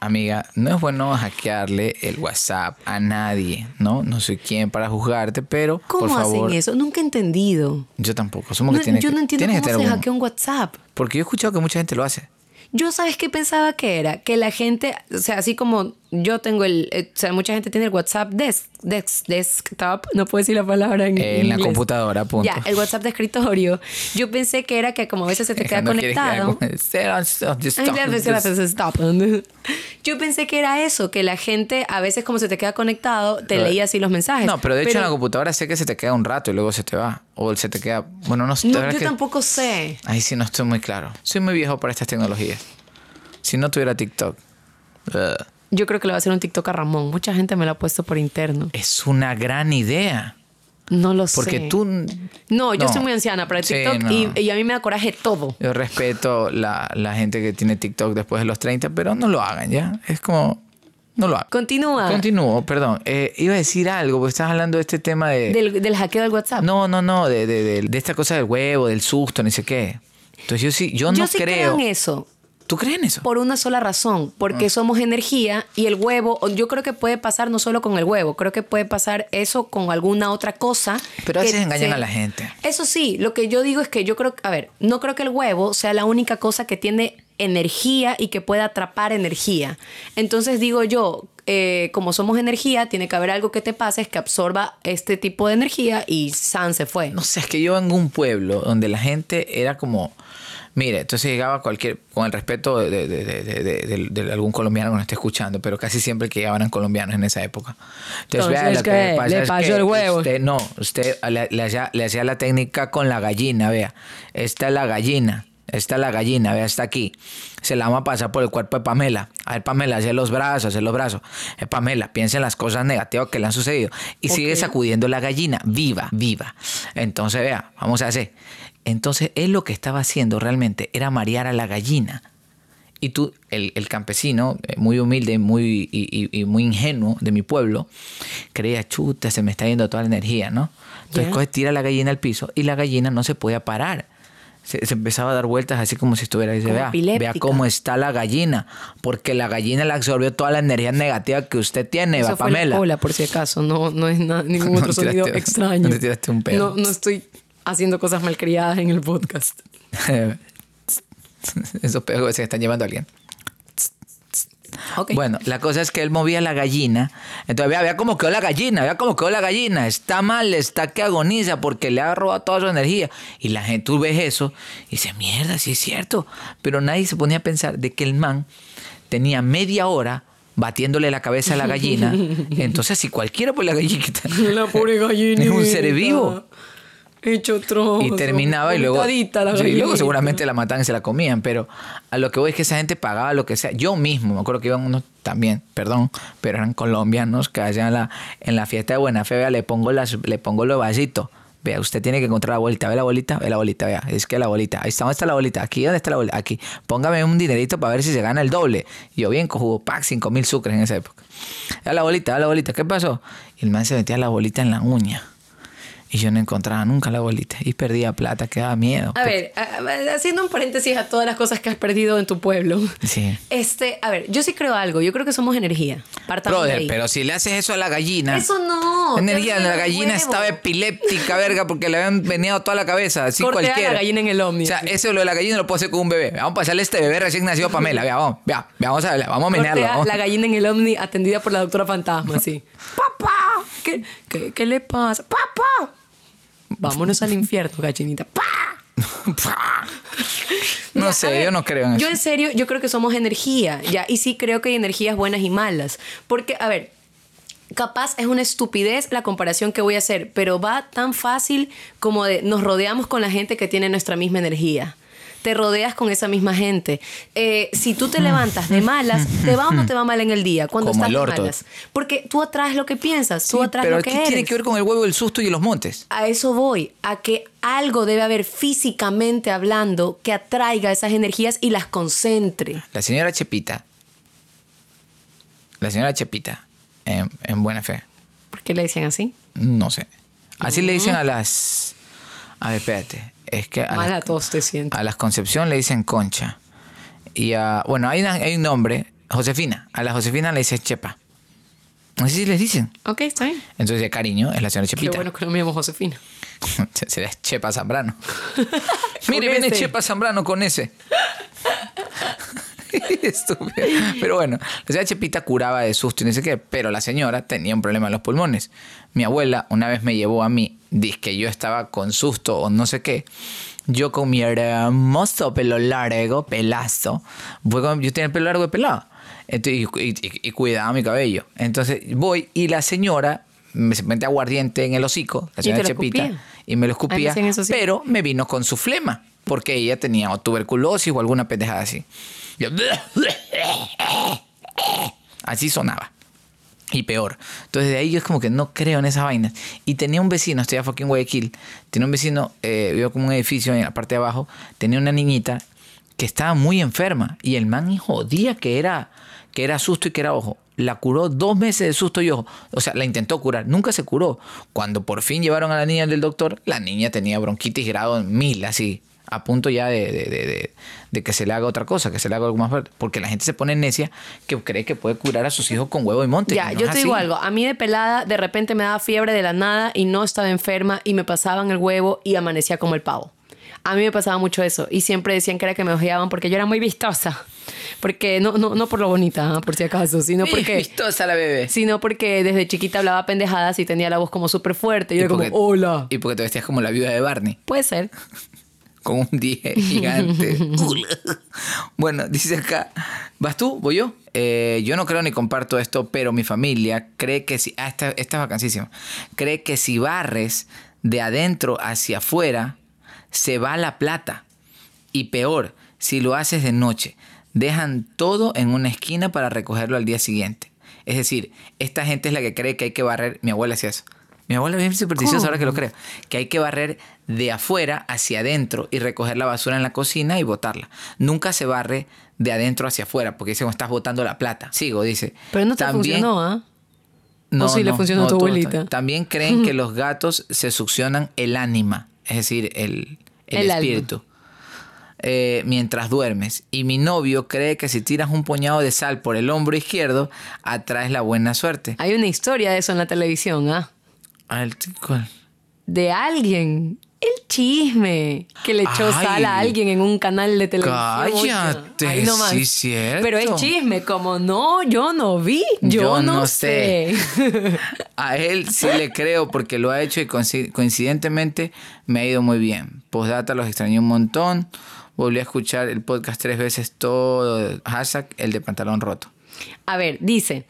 amiga, no es bueno hackearle el WhatsApp a nadie, ¿no? No soy quién para juzgarte, pero por
¿Cómo
favor,
hacen eso? Nunca he entendido.
yo tampoco. Somos
No,
que tiene
yo
que-
no entiendo
tienes
cómo
que
se
tener algún-
hackea un WhatsApp.
Porque yo he escuchado que mucha gente lo hace.
Yo sabes qué pensaba que era, que la gente, o sea, así como yo tengo el, eh, o sea, mucha gente tiene el WhatsApp desk, desk, desktop, no puedo decir la palabra en,
eh, En la
inglés.
computadora, punto.
Ya, el WhatsApp de escritorio. Yo pensé que era que como a veces se te queda
No quieres quedar
conectado.
con el cero, cero, just
Ay,
stop,
ya, pues,
just-
ya, pues, stop. Yo pensé que era eso, que la gente a veces como se te queda conectado, te
Lo-
leía así los mensajes.
No, pero de hecho en la computadora sé que se te queda un rato y luego se te va. O se te queda... Bueno, no sé. la
No,
verdad
yo
que-
tampoco sé.
Ahí sí no estoy muy claro. Soy muy viejo para estas tecnologías. Si no tuviera TikTok... Ugh.
Yo creo que lo va a hacer un TikTok a Ramón. Mucha gente me lo ha puesto por interno.
Es una gran idea.
No lo sé.
Porque tú...
No, yo
no.
soy muy anciana para el
Sí,
TikTok
no.
y, y a mí me da coraje todo.
Yo respeto la, la gente que tiene TikTok después de los 30, pero no lo hagan, ¿ya? Es como... No lo hagan.
Continúa.
Continúo, perdón. Eh, iba a decir algo, porque estás hablando de este tema de...
del, del hackeo del WhatsApp.
No, no, no, de, de, de- de esta cosa del huevo, del susto, ni sé qué. Entonces yo sí, yo,
yo
no
sí
creo...
en eso.
¿Tú crees en eso? Ah.
por una sola razón, porque somos energía y el huevo, o yo creo que puede pasar no solo con el huevo, creo que puede pasar eso con alguna otra cosa.
Pero a veces
que
engañan a la gente.
Eso sí, lo que yo digo es que yo creo, a ver, no creo que el huevo sea la única cosa que tiene energía y que pueda atrapar energía. Entonces digo yo, eh, como somos energía, tiene que haber algo que te pases que absorba este tipo de energía y San se fue.
No sé, es que yo vengo a un pueblo donde la gente era como... Mire, entonces llegaba cualquier, con el respeto de, de- de- de- de- de- de- de algún colombiano que nos esté escuchando, pero casi siempre que llegaban eran colombianos en esa época. Entonces,
Entonces,
vea, lo que
¿qué?
me pasa
Le
es
pasó
que
el huevo.
Usted, no, usted le, le hacía, le hacía la técnica con la gallina, vea. Esta es la gallina, esta es la gallina, vea, está aquí. Se la vamos a pasar por el cuerpo de Pamela. A ver, Pamela, hace los brazos, hace los brazos. Eh, Pamela, piensa en las cosas negativas que le han sucedido. Y sigue sacudiendo la gallina, viva, viva. Entonces, vea, vamos a hacer. Entonces, él lo que estaba haciendo realmente era marear a la gallina. Y tú, el, el campesino, eh, muy humilde muy, y, y- y muy ingenuo de mi pueblo, creía, chuta, se me está yendo toda la energía, ¿no? Entonces
Ya.
coge, tira la gallina al piso y la gallina no se podía parar. Se, se empezaba a dar vueltas así como si estuviera ahí.
Como
Vea, vea
epiléptica.
cómo está la gallina, porque la gallina le absorbió toda la energía negativa que usted tiene, va,
Eso fue la
Pamela.
cola, por si acaso. No, no es na- ningún otro
No tiraste-
sonido extraño.
no tiraste un pedo.
No, no estoy haciendo cosas malcriadas en el podcast.
Esos pedos que se están llevando a alguien.
Ok.
Bueno, la cosa es que él movía la gallina. Entonces, vea, vea cómo quedó la gallina, vea cómo quedó la gallina. Está mal, está que agoniza porque le ha robado toda su energía. Y la gente, tú ves eso y dices, mierda, sí es cierto. Pero nadie se ponía a pensar de que el man tenía media hora batiéndole la cabeza a la gallina. Entonces, si cualquiera, pues la gallinita.
La pobre gallina.
Es un ser vivo.
Hecho trozo.
Y terminaba y luego.
Vomitadita Oh, la
Sí, y luego
gallinita.
seguramente la mataban y se la comían, pero a lo que voy es que esa gente pagaba lo que sea. Yo mismo, me acuerdo que iban unos también, perdón, pero eran colombianos que allá en la, en la fiesta de Buena Fe, vea, le pongo, las, le pongo los vasitos. Vea, usted tiene que encontrar la bolita. Ve la bolita, ve la bolita, vea. Es que la bolita. Ahí está, ¿dónde está la bolita? Aquí, ¿dónde está la bolita? Aquí. Póngame un dinerito para ver si se gana el doble. Y yo bien cojudo, pack, 5 mil sucres en esa época. A la bolita, a la bolita. ¿Qué pasó? Y el man se metía la bolita en la uña. Y yo no encontraba nunca la bolita. Y perdía plata, que daba miedo.
A ver, a- a- haciendo un paréntesis a todas las cosas que has perdido en tu pueblo.
Sí.
Este, a ver, yo sí creo algo. Yo creo que somos energía. Partamos de
Brother,
ahí.
pero si le haces eso a la gallina.
Eso no,
Energía,
qué
la
rico
gallina
huevo.
estaba epiléptica, verga, porque le habían venido toda la cabeza. Así
Cortea a la
cualquiera.
gallina en el ovni,
O sea,
así.
eso lo de la gallina lo puedo hacer con un bebé. Vamos a pasarle este bebé recién nacido a Pamela. Vea, vamos, vea, vea, vamos a verla, vamos a menearlo.
Cortea
vamos.
la gallina en el ovni atendida por la doctora fantasma, así. ¡Papá! ¿Qué, qué, qué le pasa? ¡Papá! Vámonos al infierno, gallinita. ¡Pa!
no,
Mira,
sé,
a ver,
yo no creo en eso.
Yo en serio, yo creo que somos energía, ya. Y sí creo que hay energías buenas y malas. Porque, a ver, capaz es una estupidez la comparación que voy a hacer, pero va tan fácil como de nos rodeamos con la gente que tiene nuestra misma energía. Te rodeas con esa misma gente. Eh, si tú te levantas de malas, te va o no te va mal en el día cuando
Mm. Como
estás
el
de
orto.
malas. Porque tú atraes lo que piensas,
Sí,
tú atraes
pero
lo que
¿qué
eres.
tiene que ver con el huevo, el susto y los montes?
A eso voy, a que algo debe haber físicamente hablando que atraiga esas energías y las concentre.
La señora Chepita. La señora Chepita, en, en buena fe.
¿Por qué le decían así?
No sé. Así le dicen a las. A ver, espérate. Es que. A
Mala
las-
tos te siento.
A las Concepción le dicen Concha. Y a. Bueno, hay, una- hay un nombre, Josefina. A la Josefina le dicen Chepa. No sé si les dicen.
Ok, está bien.
Entonces, de cariño, es la señora
Qué
Chepita.
bueno que no me llamo Josefina.
Será Chepa Zambrano. Mire,
Con
viene
ese.
Chepa Zambrano con ese. Estúpido. Pero bueno, la señora Chepita curaba de susto y no sé qué, pero la señora tenía un problema en los pulmones. Mi abuela una vez me llevó a mí, dice que yo estaba con susto o no sé qué. Yo con mi hermoso pelo largo, pelazo, voy con- yo tenía el pelo largo y pelado. Entonces, y, y- y- y cuidaba mi cabello. Entonces voy y la señora me se mete aguardiente en el hocico, la
Y te
señora
lo
Chepita,
escupía.
y me lo
Ay, me
escupía,
hacían eso sí.
pero me vino con su flema, porque ella tenía o tuberculosis o alguna pendejada así. Yo- así sonaba. Y peor. Entonces de ahí yo es como que no creo en esas vainas. Y tenía un vecino, estoy a fucking Guayaquil, tenía un vecino, eh, vio como un edificio en la parte de abajo, tenía una niñita que estaba muy enferma y el man jodía que era, que era susto y que era ojo. La curó dos meses de susto y ojo. O sea, la intentó curar, nunca se curó. Cuando por fin llevaron a la niña del doctor, la niña tenía bronquitis grado mil, así, a punto ya de, de- de- de- de que se le haga otra cosa, que se le haga algo más fuerte. Porque la gente se pone necia que cree que puede curar a sus hijos con huevo y monte.
Ya,
y no
yo
es
te digo
así.
algo. A mí de pelada, de repente me daba fiebre de la nada y no estaba enferma y me pasaban el huevo y amanecía como el pavo. A mí me pasaba mucho eso y siempre decían que era que me ojeaban porque yo era muy vistosa. Porque no, no, no por lo bonita, ¿ah? por si acaso, sino
Sí,
porque...
vistosa la bebé.
sino porque desde chiquita hablaba pendejadas y tenía la voz como súper fuerte. Y
Y
yo era como,
porque-
hola.
Y porque te vestías como la viuda de Barney,
Puede ser.
con un dije gigante. bueno, dice acá, ¿vas tú? ¿Voy yo? Eh, yo no creo ni comparto esto, pero mi familia cree que si... Ah, esta, esta es vacancísima. Cree que si barres de adentro hacia afuera, se va la plata. Y peor, si lo haces de noche, dejan todo en una esquina para recogerlo al día siguiente. Es decir, esta gente es la que cree que hay que barrer. Mi abuela hacía eso. Mi abuela es bien supersticiosa ahora que lo creo. Que hay que barrer de afuera hacia adentro y recoger la basura en la cocina y botarla. Nunca se barre de adentro hacia afuera porque dice, "Bueno, estás botando la plata. Sigo, dice.
Pero no te
"También-
funcionó, ¿ah? ¿O sí le funcionó a tu
tú-
abuelita?
También creen que los gatos se succionan el ánima, es decir, el, el
El alma.
espíritu, eh, mientras duermes. Y mi novio cree que si tiras un puñado de sal por el hombro izquierdo, atraes la buena suerte.
Hay una historia de eso en la televisión, ¿ah?
Al- ¿cuál?
De alguien. El chisme que le echó
Ay.
sal a alguien en un canal de televisión.
Cállate,
Ahí nomás.
sí, cierto.
Pero el chisme, como no, yo no vi, yo, no, sé.
A él sí le creo porque lo ha hecho y coinci- coincidentemente me ha ido muy bien. Postdata los extrañé un montón. Volví a escuchar el podcast tres veces todo. Hashtag el de pantalón roto.
A ver, dice.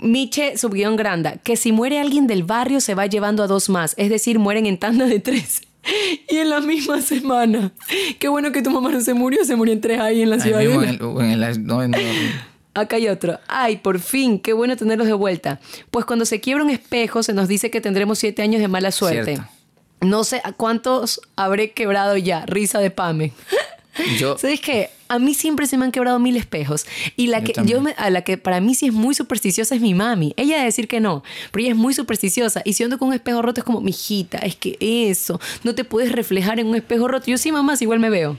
Miche subguión Granda, que si muere alguien del barrio se va llevando a dos más, es decir, mueren en tanda de tres. Y en la misma semana. Qué bueno que tu mamá no se murió, se murió en tres ahí en la
Ahí
ciudad.
mismo
de-
en el- en la- no, en el-
Acá hay otro. Ay, por fin, qué bueno tenerlos de vuelta. Pues cuando se quiebra un espejo se nos dice que tendremos siete años de mala suerte.
Cierto.
No sé a cuántos habré quebrado ya. Risa de Pame.
Yo,
¿Sabes qué? A mí siempre se me han quebrado mil espejos. Y la
Yo
que,
también.
yo me- a la que para mí sí es muy supersticiosa es mi mami. Ella de decir que no, pero ella es muy supersticiosa. Y si ando con un espejo roto es como, mijita, es que eso, no te puedes reflejar en un espejo roto. Yo sí, mamá, sí, igual me veo.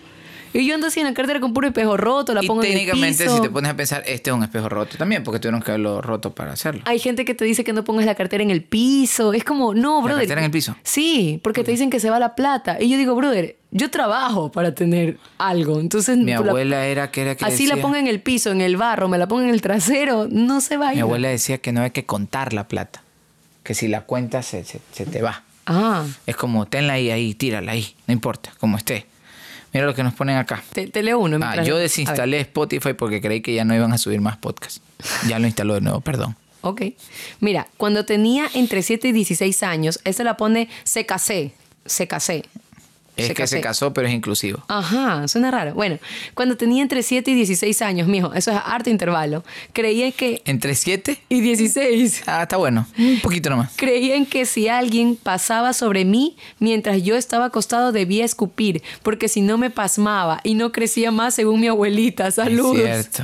Y yo ando así en la cartera con puro espejo roto, la
y
pongo en el
técnicamente, si
piso.
te pones a pensar, este es un espejo roto también, porque tuvieron que haberlo roto para hacerlo.
Hay gente que te dice que no pongas la cartera en el piso. Es como, no, brother.
cartera en el piso?
Sí, porque te dicen que se va la plata. Y yo digo, brother, yo trabajo para tener algo. Entonces,
Mi
la-
abuela era que era que
Así la
decía-
ponga en el piso, en el barro, me la ponga en el trasero, no se va a
Mi
ir.
abuela decía que no hay que contar la plata, que si la cuentas se, se- se te va.
Ah,
Es como, tenla ahí, ahí, tírala ahí, no importa, como esté. Mira lo que nos ponen acá.
te, te leo uno.
Ah,
mientras-
yo
a ver.
desinstalé Spotify porque creí que ya no iban a subir más podcasts. Ya lo instaló de nuevo, perdón.
Ok. Mira, cuando tenía entre 7 y 16 años, esa la pone se casé, se casé.
Es que se casó, pero es inclusivo.
Ajá, suena raro. Bueno, cuando tenía entre 7 y 16 años, mijo, eso es harto intervalo, creía que...
¿Entre siete?
Y 16.
Ah, está bueno. Un poquito nomás.
Creían que si alguien pasaba sobre mí mientras yo estaba acostado debía escupir, porque si no me pasmaba y no crecía más según mi abuelita. Saludos.
cierto.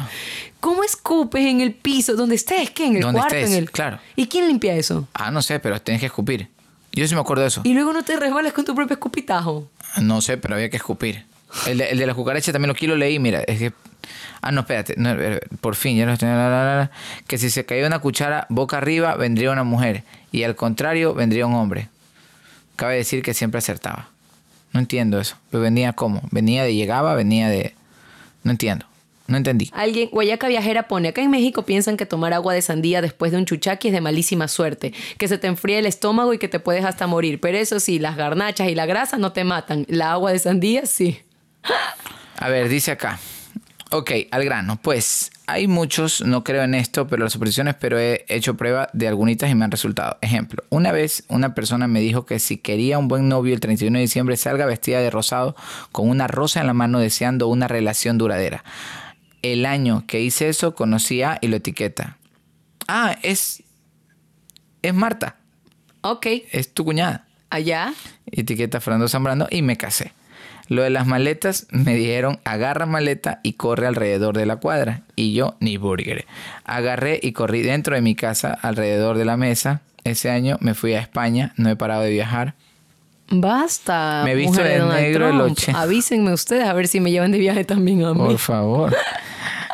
¿Cómo escupes en el piso? ¿Dónde estés? ¿Qué? ¿En el
Donde
cuarto?
estés,
en el...
claro.
¿Y quién limpia eso?
Ah, no sé, pero tienes que escupir. Yo sí me acuerdo de eso.
Y luego no te resbalas con tu propio escupitajo.
No sé, pero había que escupir. El de, el de la cucaracha también lo quiero leí, mira, es que... Ah, no, espérate, no, eh, por fin, ya lo estoy... la, la, la, la. Que si se caía una cuchara boca arriba, vendría una mujer. Y al contrario, vendría un hombre. Cabe decir que siempre acertaba. No entiendo eso. Pero venía cómo? Venía de llegaba, venía de... No entiendo. No entendí.
Alguien, Guayaca Viajera pone, acá en México piensan que tomar agua de sandía después de un chuchaqui es de malísima suerte, que se te enfría el estómago y que te puedes hasta morir. Pero eso sí, las garnachas y la grasa no te matan, la agua de sandía sí.
A ver, dice acá. Ok, al grano. Pues hay muchos, no creo en esto, pero las supersticiones, pero he hecho prueba de algunitas y me han resultado. Ejemplo, una vez una persona me dijo que si quería un buen novio el 31 de diciembre salga vestida de rosado con una rosa en la mano deseando una relación duradera. El año que hice eso conocí a y lo etiqueta. Ah, es... Es Marta,
Ok,
es tu cuñada
allá.
etiqueta Fernando Zambrano y me casé. Lo de las maletas me dijeron agarra maleta y corre alrededor de la cuadra y yo ni burger. Agarré y corrí dentro de mi casa alrededor de la mesa. Ese año me fui a España, no he parado de viajar.
Basta.
Me he visto
mujer
de
Donald
negro el
Trump.
ochenta.
Avísenme ustedes a ver si me llevan de viaje también a mí.
Por favor.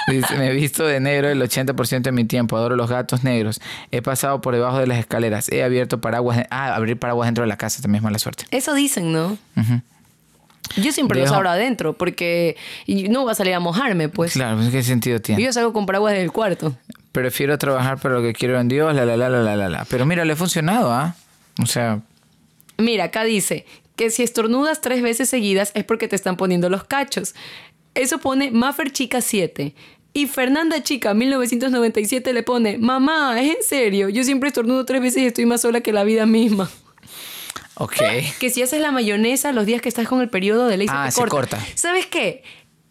Dice, me he visto de negro el 80% de mi tiempo. Adoro los gatos negros. He pasado por debajo de las escaleras. He abierto paraguas. de- Ah, abrir paraguas dentro de la casa también es mala suerte.
Eso dicen, ¿no? Yo siempre
Dejo-
los abro adentro porque y no voy a salir a mojarme, pues.
Claro, pues, ¿qué sentido tiene?
Yo salgo con paraguas del cuarto.
Prefiero trabajar para lo que quiero en Dios, la la la la la la. la. Pero mira, le ha funcionado, ¿ah? O sea,
Mira, acá dice que si estornudas tres veces seguidas es porque te están poniendo los cachos. Eso pone Maffer Chica 7. Y Fernanda Chica 1997 le pone, mamá, es en serio, yo siempre estornudo tres veces y estoy más sola que la vida misma.
ok.
Que si haces la mayonesa los días que estás con el periodo de ley
Ah,
te
se corta.
¿Sabes qué?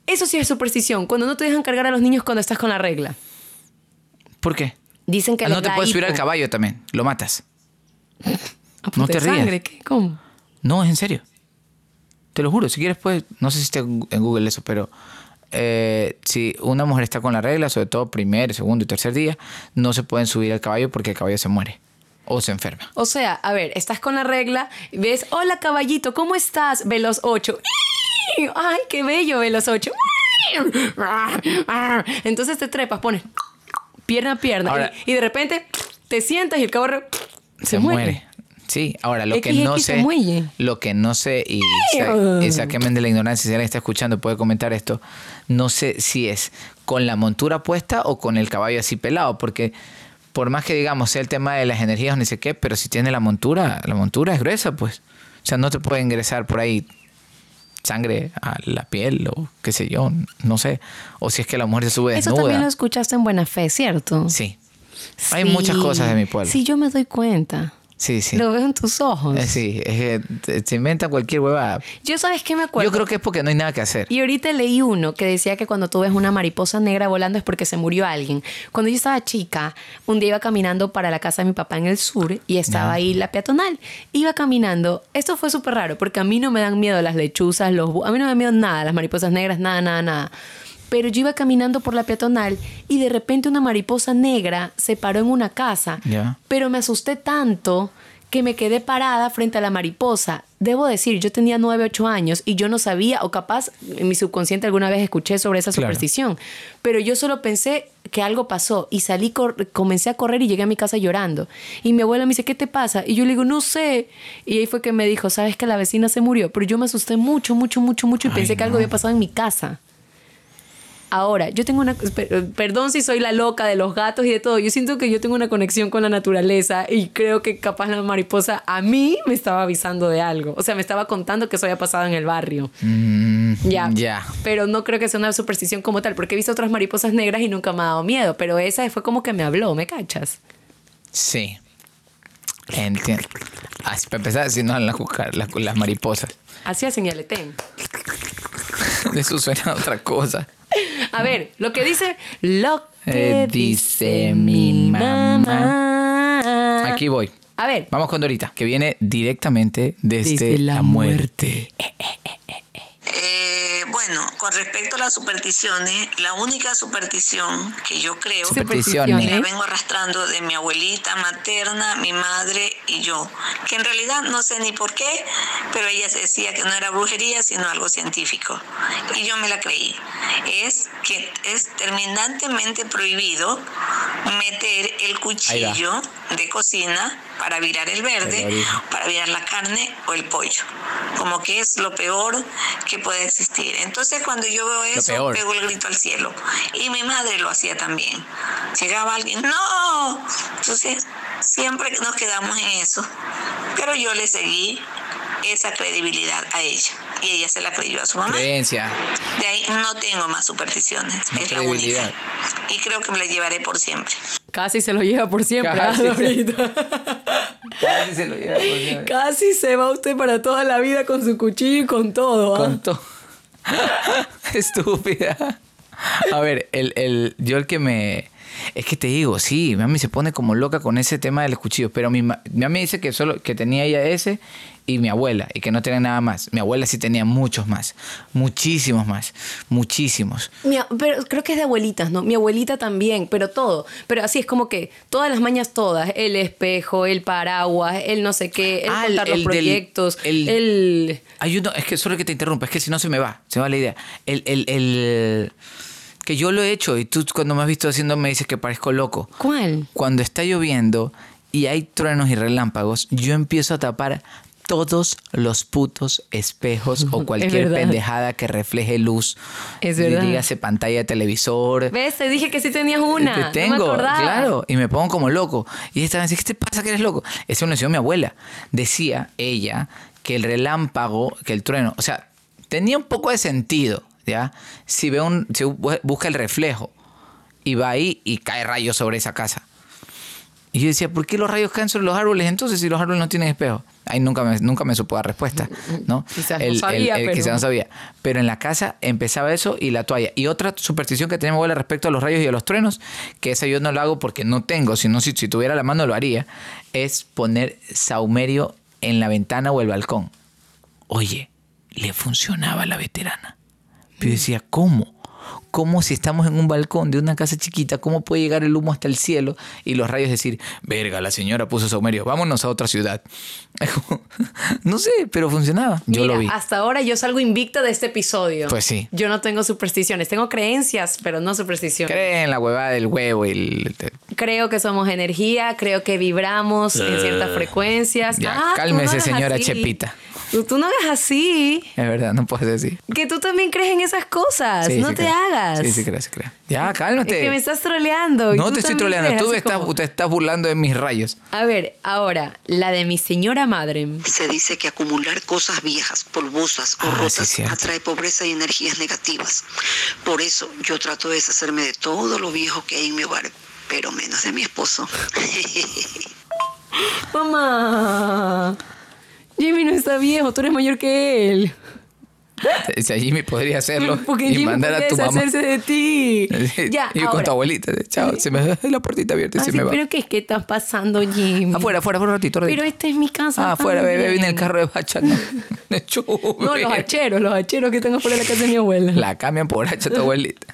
Eso sí es superstición, cuando no te dejan cargar a los niños cuando estás con la regla.
¿Por qué?
Dicen que
Ah,
les
no te
da
puedes subir
hipo.
al caballo también, lo matas.
Aporte
no te
Ah, de
rías.
sangre, ¿qué? ¿Cómo?
No, es en serio. Te lo juro, si quieres puedes, no sé si está en en Google eso, pero eh, si una mujer está con la regla, sobre todo primer, segundo y tercer día, no se pueden subir al caballo porque el caballo se muere o se enferma.
O sea, a ver, estás con la regla, ves, hola caballito, ¿cómo estás? Velos 8. ¡Ay, qué bello, Velos 8! Entonces te trepas, pones pierna a pierna
Ahora-
y, y de repente te sientas y el caballo se,
se
muere.
muere. Sí, ahora lo que
XXX
no
se
sé,
muelle.
lo que no sé y, sa- y sáquenme de la ignorancia si alguien está escuchando puede comentar esto, no sé si es con la montura puesta o con el caballo así pelado, porque por más que digamos sea el tema de las energías o ni sé qué, pero si tiene la montura, la montura es gruesa, pues, o sea, no te puede ingresar por ahí sangre a la piel o qué sé yo, no sé, o si es que la mujer se sube
Eso
desnuda.
también lo escuchaste en Buena Fe, ¿cierto?
Sí. Hay muchas cosas de mi pueblo.
Sí, yo me doy cuenta.
Sí, sí.
Lo veo en tus ojos.
Eh, Sí, es que te- se inventa cualquier huevada.
Yo sabes qué me acuerdo.
Yo creo que es porque no hay nada que hacer.
Y ahorita leí uno que decía que cuando tú ves una mariposa negra volando es porque se murió alguien. Cuando yo estaba chica, un día iba caminando para la casa de mi papá en el sur y estaba ahí la peatonal. Iba caminando. Esto fue súper raro porque a mí no me dan miedo las lechuzas, los... bu- A mí no me dan miedo nada, las mariposas negras, nada, nada, nada. Pero yo iba caminando por la peatonal y de repente una mariposa negra se paró en una casa.
Ya.
Pero me asusté tanto que me quedé parada frente a la mariposa. Debo decir, yo tenía 9, 8 años y yo no sabía, o capaz en mi subconsciente alguna vez escuché sobre esa
Claro.
superstición, pero yo solo pensé que algo pasó y salí, cor- comencé a correr y llegué a mi casa llorando. Y mi abuela me dice, ¿qué te pasa? Y yo le digo, no sé. Y ahí fue que me dijo, ¿sabes que la vecina se murió? Pero yo me asusté mucho, mucho, mucho, mucho y
Ay,
pensé que algo
no.
había pasado en mi casa. Ahora, yo tengo una... per- Perdón si soy la loca de los gatos y de todo. Yo siento que yo tengo una conexión con la naturaleza y creo que capaz la mariposa a mí me estaba avisando de algo. O sea, me estaba contando que eso había pasado en el barrio.
Mm,
Ya.
Ya.
Pero no creo que sea una superstición como tal, porque he visto otras mariposas negras y nunca me ha dado miedo. Pero esa fue como que me habló, ¿me cachas?
Sí. Entiendo. Así, para empezar, si no las, cucar- las, las mariposas.
Así hacen y aletén.
Eso suena a otra cosa.
A ver, lo que dice... Lo que
Mm. Eh, dice mi
mamá.
Aquí voy.
A ver.
Vamos con Dorita, que viene directamente desde, la, muerte.
Eh, bueno, con respecto a las supersticiones, la única superstición que yo creo
Supersticiones.
que la vengo arrastrando de mi abuelita materna, mi madre y yo, que en realidad no sé ni por qué, pero ella se decía que no era brujería, sino algo científico. Y yo me la creí. Es que es terminantemente prohibido meter el cuchillo de cocina para virar el
Ahí
verde
lo dijo.
para virar la carne o el pollo. Como que es lo peor que puede existir. Entonces cuando yo veo eso,
peor.
pego el grito al cielo. Y mi madre lo hacía también. Llegaba alguien, ¡no! Entonces siempre nos quedamos en eso. Pero yo le seguí esa credibilidad a ella. Y ella se la creyó a su mamá.
Creencia.
De ahí no tengo más supersticiones.
No
es la única.
credibilidad.
Y creo que me la llevaré por siempre.
Casi se lo lleva por siempre. ¿ah,
Casi se-
Dorita? Casi se va usted para toda la vida con su cuchillo y con todo. ¿ah?
Contó. Estúpida. A ver, el, el, yo el que me... Es que te digo, sí, mi mami se pone como loca con ese tema de los cuchillos, pero mi, ma- mi mami dice que solo que tenía ella ese y mi abuela, y que no tenía nada más. Mi abuela sí tenía muchos más, muchísimos más, muchísimos.
Mi a- pero creo que es de abuelitas, ¿no? Mi abuelita también, pero todo. Pero así es como que todas las mañas todas. El espejo, el paraguas, el no sé qué, el
Ah, el-
contar los
el del-
proyectos,
el-
el...
Hay uno, es que solo que te interrumpa, es que si no se me va, se me va la idea. El, el, el- que yo lo he hecho y tú cuando me has visto haciendo me dices que parezco loco.
¿Cuál?
Cuando está lloviendo y hay truenos y relámpagos, yo empiezo a tapar todos los putos espejos o cualquier
verdad.
pendejada que refleje luz.
Es
Y
verdad.
Dígase pantalla de televisor.
¿Ves? Te dije que sí tenías una. no me
Te tengo,
acordaba.
claro. Y me pongo como loco. Y esta vez, ¿qué te pasa que eres loco? Eso me lo enseñó mi abuela. Decía ella que el relámpago, que el trueno, o sea, tenía un poco de sentido, ¿ya? Si ve un, si bu- busca el reflejo y va ahí y cae rayos sobre esa casa. Y yo decía, ¿por qué los rayos caen sobre los árboles entonces si los árboles no tienen espejo? Ahí nunca me, nunca me supo dar respuesta, ¿no?
Mm, Quizás no sabía, pero-
quizás no sabía. Pero en la casa empezaba eso y la toalla. Y otra superstición que tenía mi abuela respecto a los rayos y a los truenos, que esa yo no la hago porque no tengo, sino si, si tuviera la mano lo haría, es poner saumerio en la ventana o el balcón. Oye, le funcionaba a la veterana. Pero yo decía, ¿cómo? ¿Cómo si estamos en un balcón de una casa chiquita, cómo puede llegar el humo hasta el cielo y los rayos decir, verga, la señora puso saumerio, vámonos a otra ciudad? no sé, pero funcionaba. Yo
Mira,
lo vi.
hasta ahora yo salgo invicta de este episodio.
Pues sí.
Yo no tengo supersticiones. Tengo creencias, pero no supersticiones.
Cree en la huevada del huevo y el-
Creo que somos energía, creo que vibramos en ciertas frecuencias.
Eh,
Ah,
ya,
tú
cálmese,
hagas
señora
así.
Chepita.
Tú, tú no hagas así.
Es verdad, no puedes decir.
Que tú también crees en esas cosas.
Sí,
no
sí
te
creo.
hagas.
Sí, sí, creo, sí, creo. Ya,
Es
cálmate.
que me estás troleando. y
no
tú
te estoy
también
troleando,
eres
tú
así
estás,
como-
te estás burlando de mis rayos.
A ver, ahora, la de mi señora madre.
Se dice que acumular cosas viejas, polvosas o
Ah, sí,
rotas
cierto.
atrae pobreza y energías negativas. Por eso yo trato de deshacerme de todo lo viejo que hay en mi hogar, pero menos de mi esposo.
Mamá. Jimmy no está viejo, tú eres mayor que él.
O sea, Jimmy podría hacerlo
Porque
y
Jimmy
mandar
puede
a tu mamá.
deshacerse de ti. ya,
y con
ahora.
tu abuelita. Chao, se me la puertita abierta y
Así,
se me va.
pero ¿qué es que está pasando, Jimmy?
Afuera, afuera, por un ratito. ratito.
Pero este esta es mi casa.
Ah, afuera, bebé,
también.
viene el carro de bacha. No,
No, los hacheros, los hacheros que tengo afuera de la casa de mi abuela.
La cambian por hacha tu abuelita.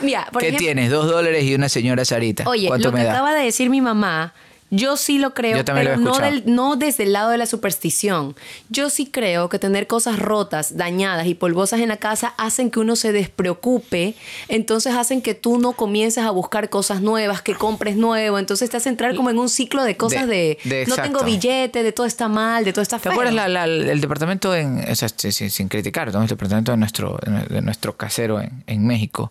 Mira, por
¿Qué
ejemplo,
tienes? Dos dólares y una señora Sarita.
Oye,
¿Cuánto
lo
me
que
da?
acaba de decir mi mamá, yo sí lo creo,
Yo también lo
pero
he
no,
escuchado.
del- no desde el lado de la superstición. Yo sí creo que tener cosas rotas, dañadas y polvosas en la casa hacen que uno se despreocupe, entonces hacen que tú no comiences a buscar cosas nuevas, que compres nuevo, entonces te hace entrar como en un ciclo de cosas de,
De- de
no tengo
exacto.
billete, de todo está mal, de todo está
¿Te
feo.
acuerdas la- la- el departamento en, o sea, sin, sin- sin criticar, ¿no? el departamento de nuestro, de nuestro casero en, en México?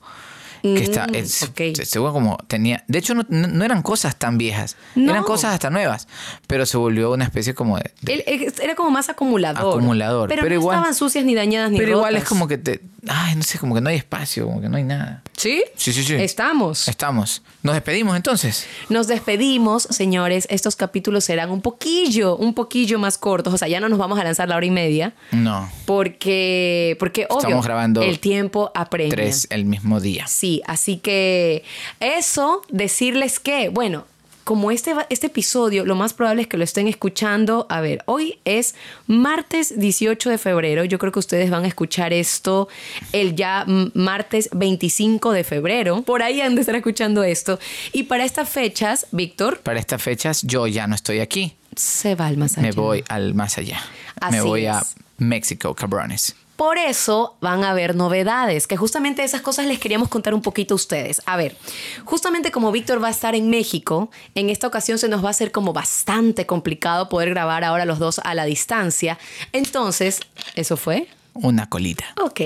Que está,
Mm,
es-
ok.
se- según como tenía. De hecho, no, no- no eran cosas tan viejas,
No.
eran cosas hasta nuevas, pero se volvió una especie como de. de-
Él- él era como más acumulador.
Acumulador,
Pero,
pero
no
igual-
estaban sucias ni dañadas ni
pero igual es
rotas.
como que te. Ay, no sé, como que no hay espacio, como que no hay nada.
¿Sí?
Sí, sí, sí.
Estamos.
Estamos. Nos despedimos entonces.
Nos despedimos, señores. Estos capítulos serán un poquillo, un poquillo más cortos. O sea, ya no nos vamos a lanzar la hora y media.
No.
Porque, porque obvio,
Estamos grabando
el tiempo apremia.
Tres el mismo día.
Sí, así que eso, decirles que, bueno, como este, va- este episodio, lo más probable es que lo estén escuchando. A ver, hoy es martes 18 de febrero. Yo creo que ustedes van a escuchar esto el ya mm, martes 25 de febrero. Por ahí han de estar escuchando esto. Y para estas fechas, Víctor
Para estas fechas, yo ya no estoy aquí.
se va al más
Me
allá.
voy al más allá.
Ah, Así
Me voy a
es.
México, cabrones.
Por eso van a haber novedades, que justamente esas cosas les queríamos contar un poquito a ustedes. A ver, justamente como Víctor va a estar en México, en esta ocasión se nos va a hacer como bastante complicado poder grabar ahora los dos a la distancia. Entonces, ¿eso fue?
Una colita.
Ok,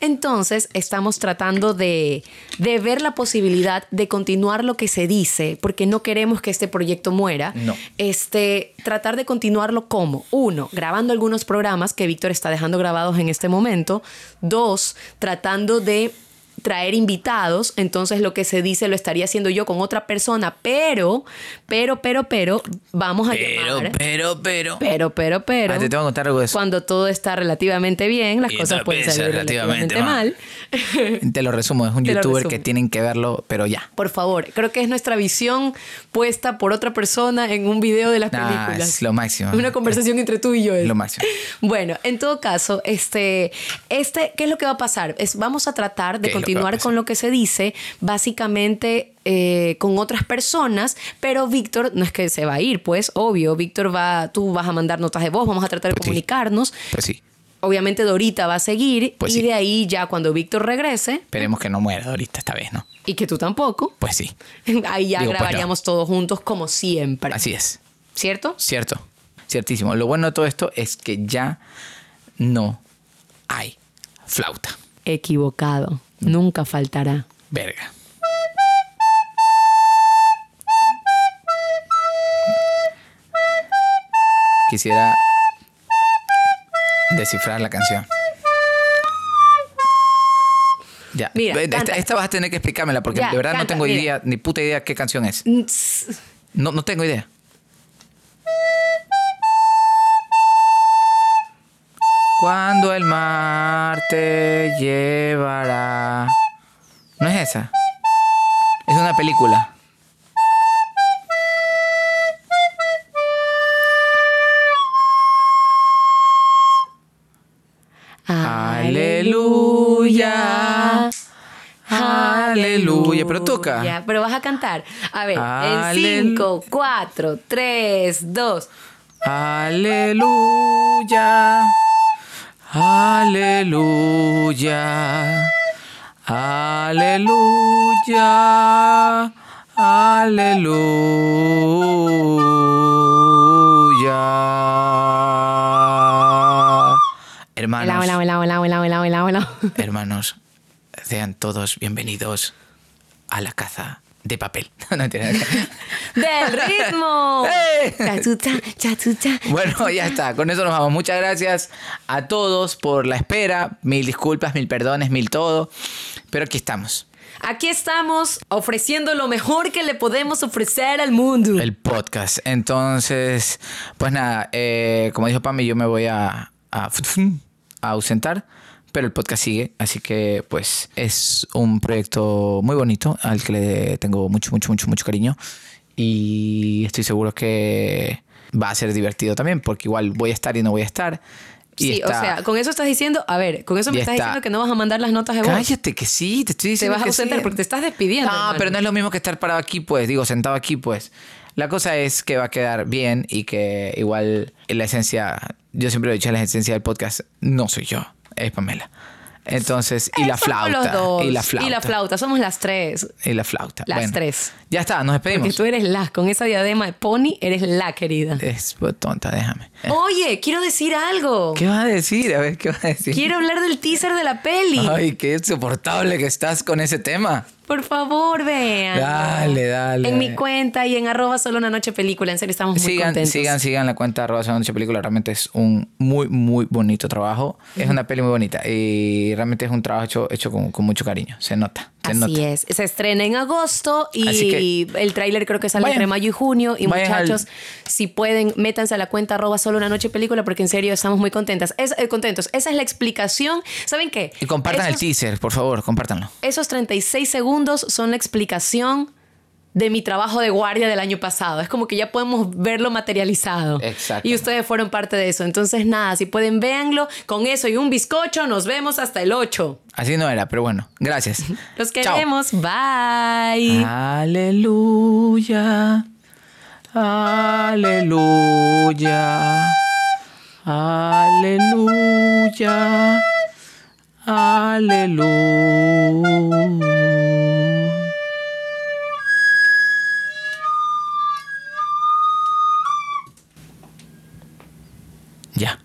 entonces estamos tratando de, de ver la posibilidad de continuar lo que se dice, porque no queremos que este proyecto muera.
No.
Este, tratar de continuarlo como, uno, grabando algunos programas que Víctor está dejando grabados en este momento. Dos, tratando de traer invitados, entonces lo que se dice lo estaría haciendo yo con otra persona, pero, pero, pero, pero, vamos a
Pero,
llamar.
pero, pero.
Pero, pero, pero.
Ah, te tengo que contar algo de eso.
Cuando todo está relativamente bien, las
Y
cosas
todo
pueden
piensa
salir relativamente,
relativamente
mal.
Te lo resumo, es un
Te lo
youtuber que
resumo.
tienen que verlo, pero ya.
Por favor, creo que es nuestra visión puesta por otra persona en un video de las
Nah,
películas.
es lo máximo.
Una conversación entre tú y yo.
Lo máximo.
Bueno, en todo caso, este, este, ¿qué es lo que va a pasar? Es, vamos a tratar
¿Qué
de
es lo que va a
continuar
pasar?
con lo que se dice, básicamente eh, con otras personas, pero Víctor no es que se va a ir, pues, obvio, Víctor va, tú vas a mandar notas de voz, vamos a tratar de
Pues sí.
comunicarnos.
Pues sí.
Obviamente Dorita va a seguir
Pues
y
sí.
de ahí ya cuando Víctor regrese
Esperemos que no muera ahorita esta vez, ¿no?
y que tú tampoco,
Pues sí.
ahí ya
Digo, pues,
grabaríamos todos juntos como siempre,
Así es.
¿cierto?
Cierto. Ciertísimo. Lo bueno de todo esto es que ya no hay flauta.
Equivocado, nunca faltará.
Verga. Quisiera descifrar la canción. Ya.
Mira,
Ve, esta,
canta.
esta vas a tener que explicármela porque
Ya,
de verdad no
canta,
tengo
mira.
idea, ni puta idea qué canción es.
Ts-
No, no tengo idea. Cuando el mar te llevará. No es esa. Es una película. Aleluya. Aleluya. Pero toca.
Ya, pero vas a cantar. A ver,
Alelu-
en 5, 4, 3, 2.
Aleluya. Aleluya. Aleluya. Aleluya.
Hola, hola,
Hermanos,
hola, hola, hola, hola, hola, hola.
hermanos, sean todos bienvenidos a la caza de papel. No, mentira.
¡Del ritmo!
¡Eh!
Cha, chu, cha, cha, chu, cha.
Bueno, ya está. Con eso nos vamos. Muchas gracias a todos por la espera. Mil disculpas, mil perdones, mil todo. Pero aquí estamos.
Aquí estamos ofreciendo lo mejor que le podemos ofrecer al mundo.
El podcast. Entonces, pues nada, eh, como dijo Pami, yo me voy a, a, a ausentar, pero el podcast sigue, así que pues es un proyecto muy bonito al que le tengo mucho, mucho, mucho, mucho cariño y estoy seguro que va a ser divertido también, porque igual voy a estar y no voy a estar. Y
sí,
está-
o sea, con eso estás diciendo, a ver, con eso me
Y
estás
está-
diciendo que no vas a mandar las notas de voz.
cállate que sí, te estoy
te
diciendo
vas a
que
ausentar
sí.
porque te estás despidiendo.
No,
hermano.
pero no es lo mismo que estar parado aquí, pues, digo, sentado aquí, pues. La cosa es que va a quedar bien y que igual la esencia, yo siempre lo he dicho, la esencia del podcast no soy yo, es Pamela. Entonces, y la
Eh, somos
flauta.
los dos.
Y la flauta.
Y la flauta, somos las tres.
y la flauta.
Las
Bueno,
tres.
Ya está, nos
Porque
despedimos.
tú eres la, con esa diadema de pony, eres la querida.
Es tonta, déjame.
Oye, quiero decir algo.
¿Qué vas a decir? A ver, ¿qué vas a decir?
Quiero hablar del teaser de la peli.
Ay, qué insoportable que estás con ese tema.
Por favor, vean.
Dale, dale.
En mi cuenta y en arroba solo una noche película. En serio, estamos muy
sigan,
contentos.
sigan, sigan la cuenta arroba Segunda Noche película. Realmente es un muy, muy bonito trabajo. Es una peli muy bonita y realmente es un trabajo hecho, hecho con, con mucho cariño. Se nota. Se
Así
nota.
es. Se estrena en agosto
Así
y el tráiler creo que sale
Vayan.
entre mayo y junio. Y
Vayan al-
muchachos, si pueden, métanse a la cuenta arroba solo una noche película porque en serio estamos muy contentas. Es, eh, contentos. Esa es la explicación. ¿Saben qué?
Y compartan
Esos-
el teaser, por favor, compártanlo.
Esos 36 segundos son la explicación de mi trabajo de guardia del año pasado. Es como que ya podemos verlo materializado.
Exacto.
Y ustedes fueron parte de eso. Entonces, nada, si pueden, véanlo. Con eso y un bizcocho, nos vemos hasta el 8.
Así no era, pero bueno, gracias.
Los
Chao.
queremos. Bye.
Aleluya. Aleluya. Aleluya. Aleluya. Ya.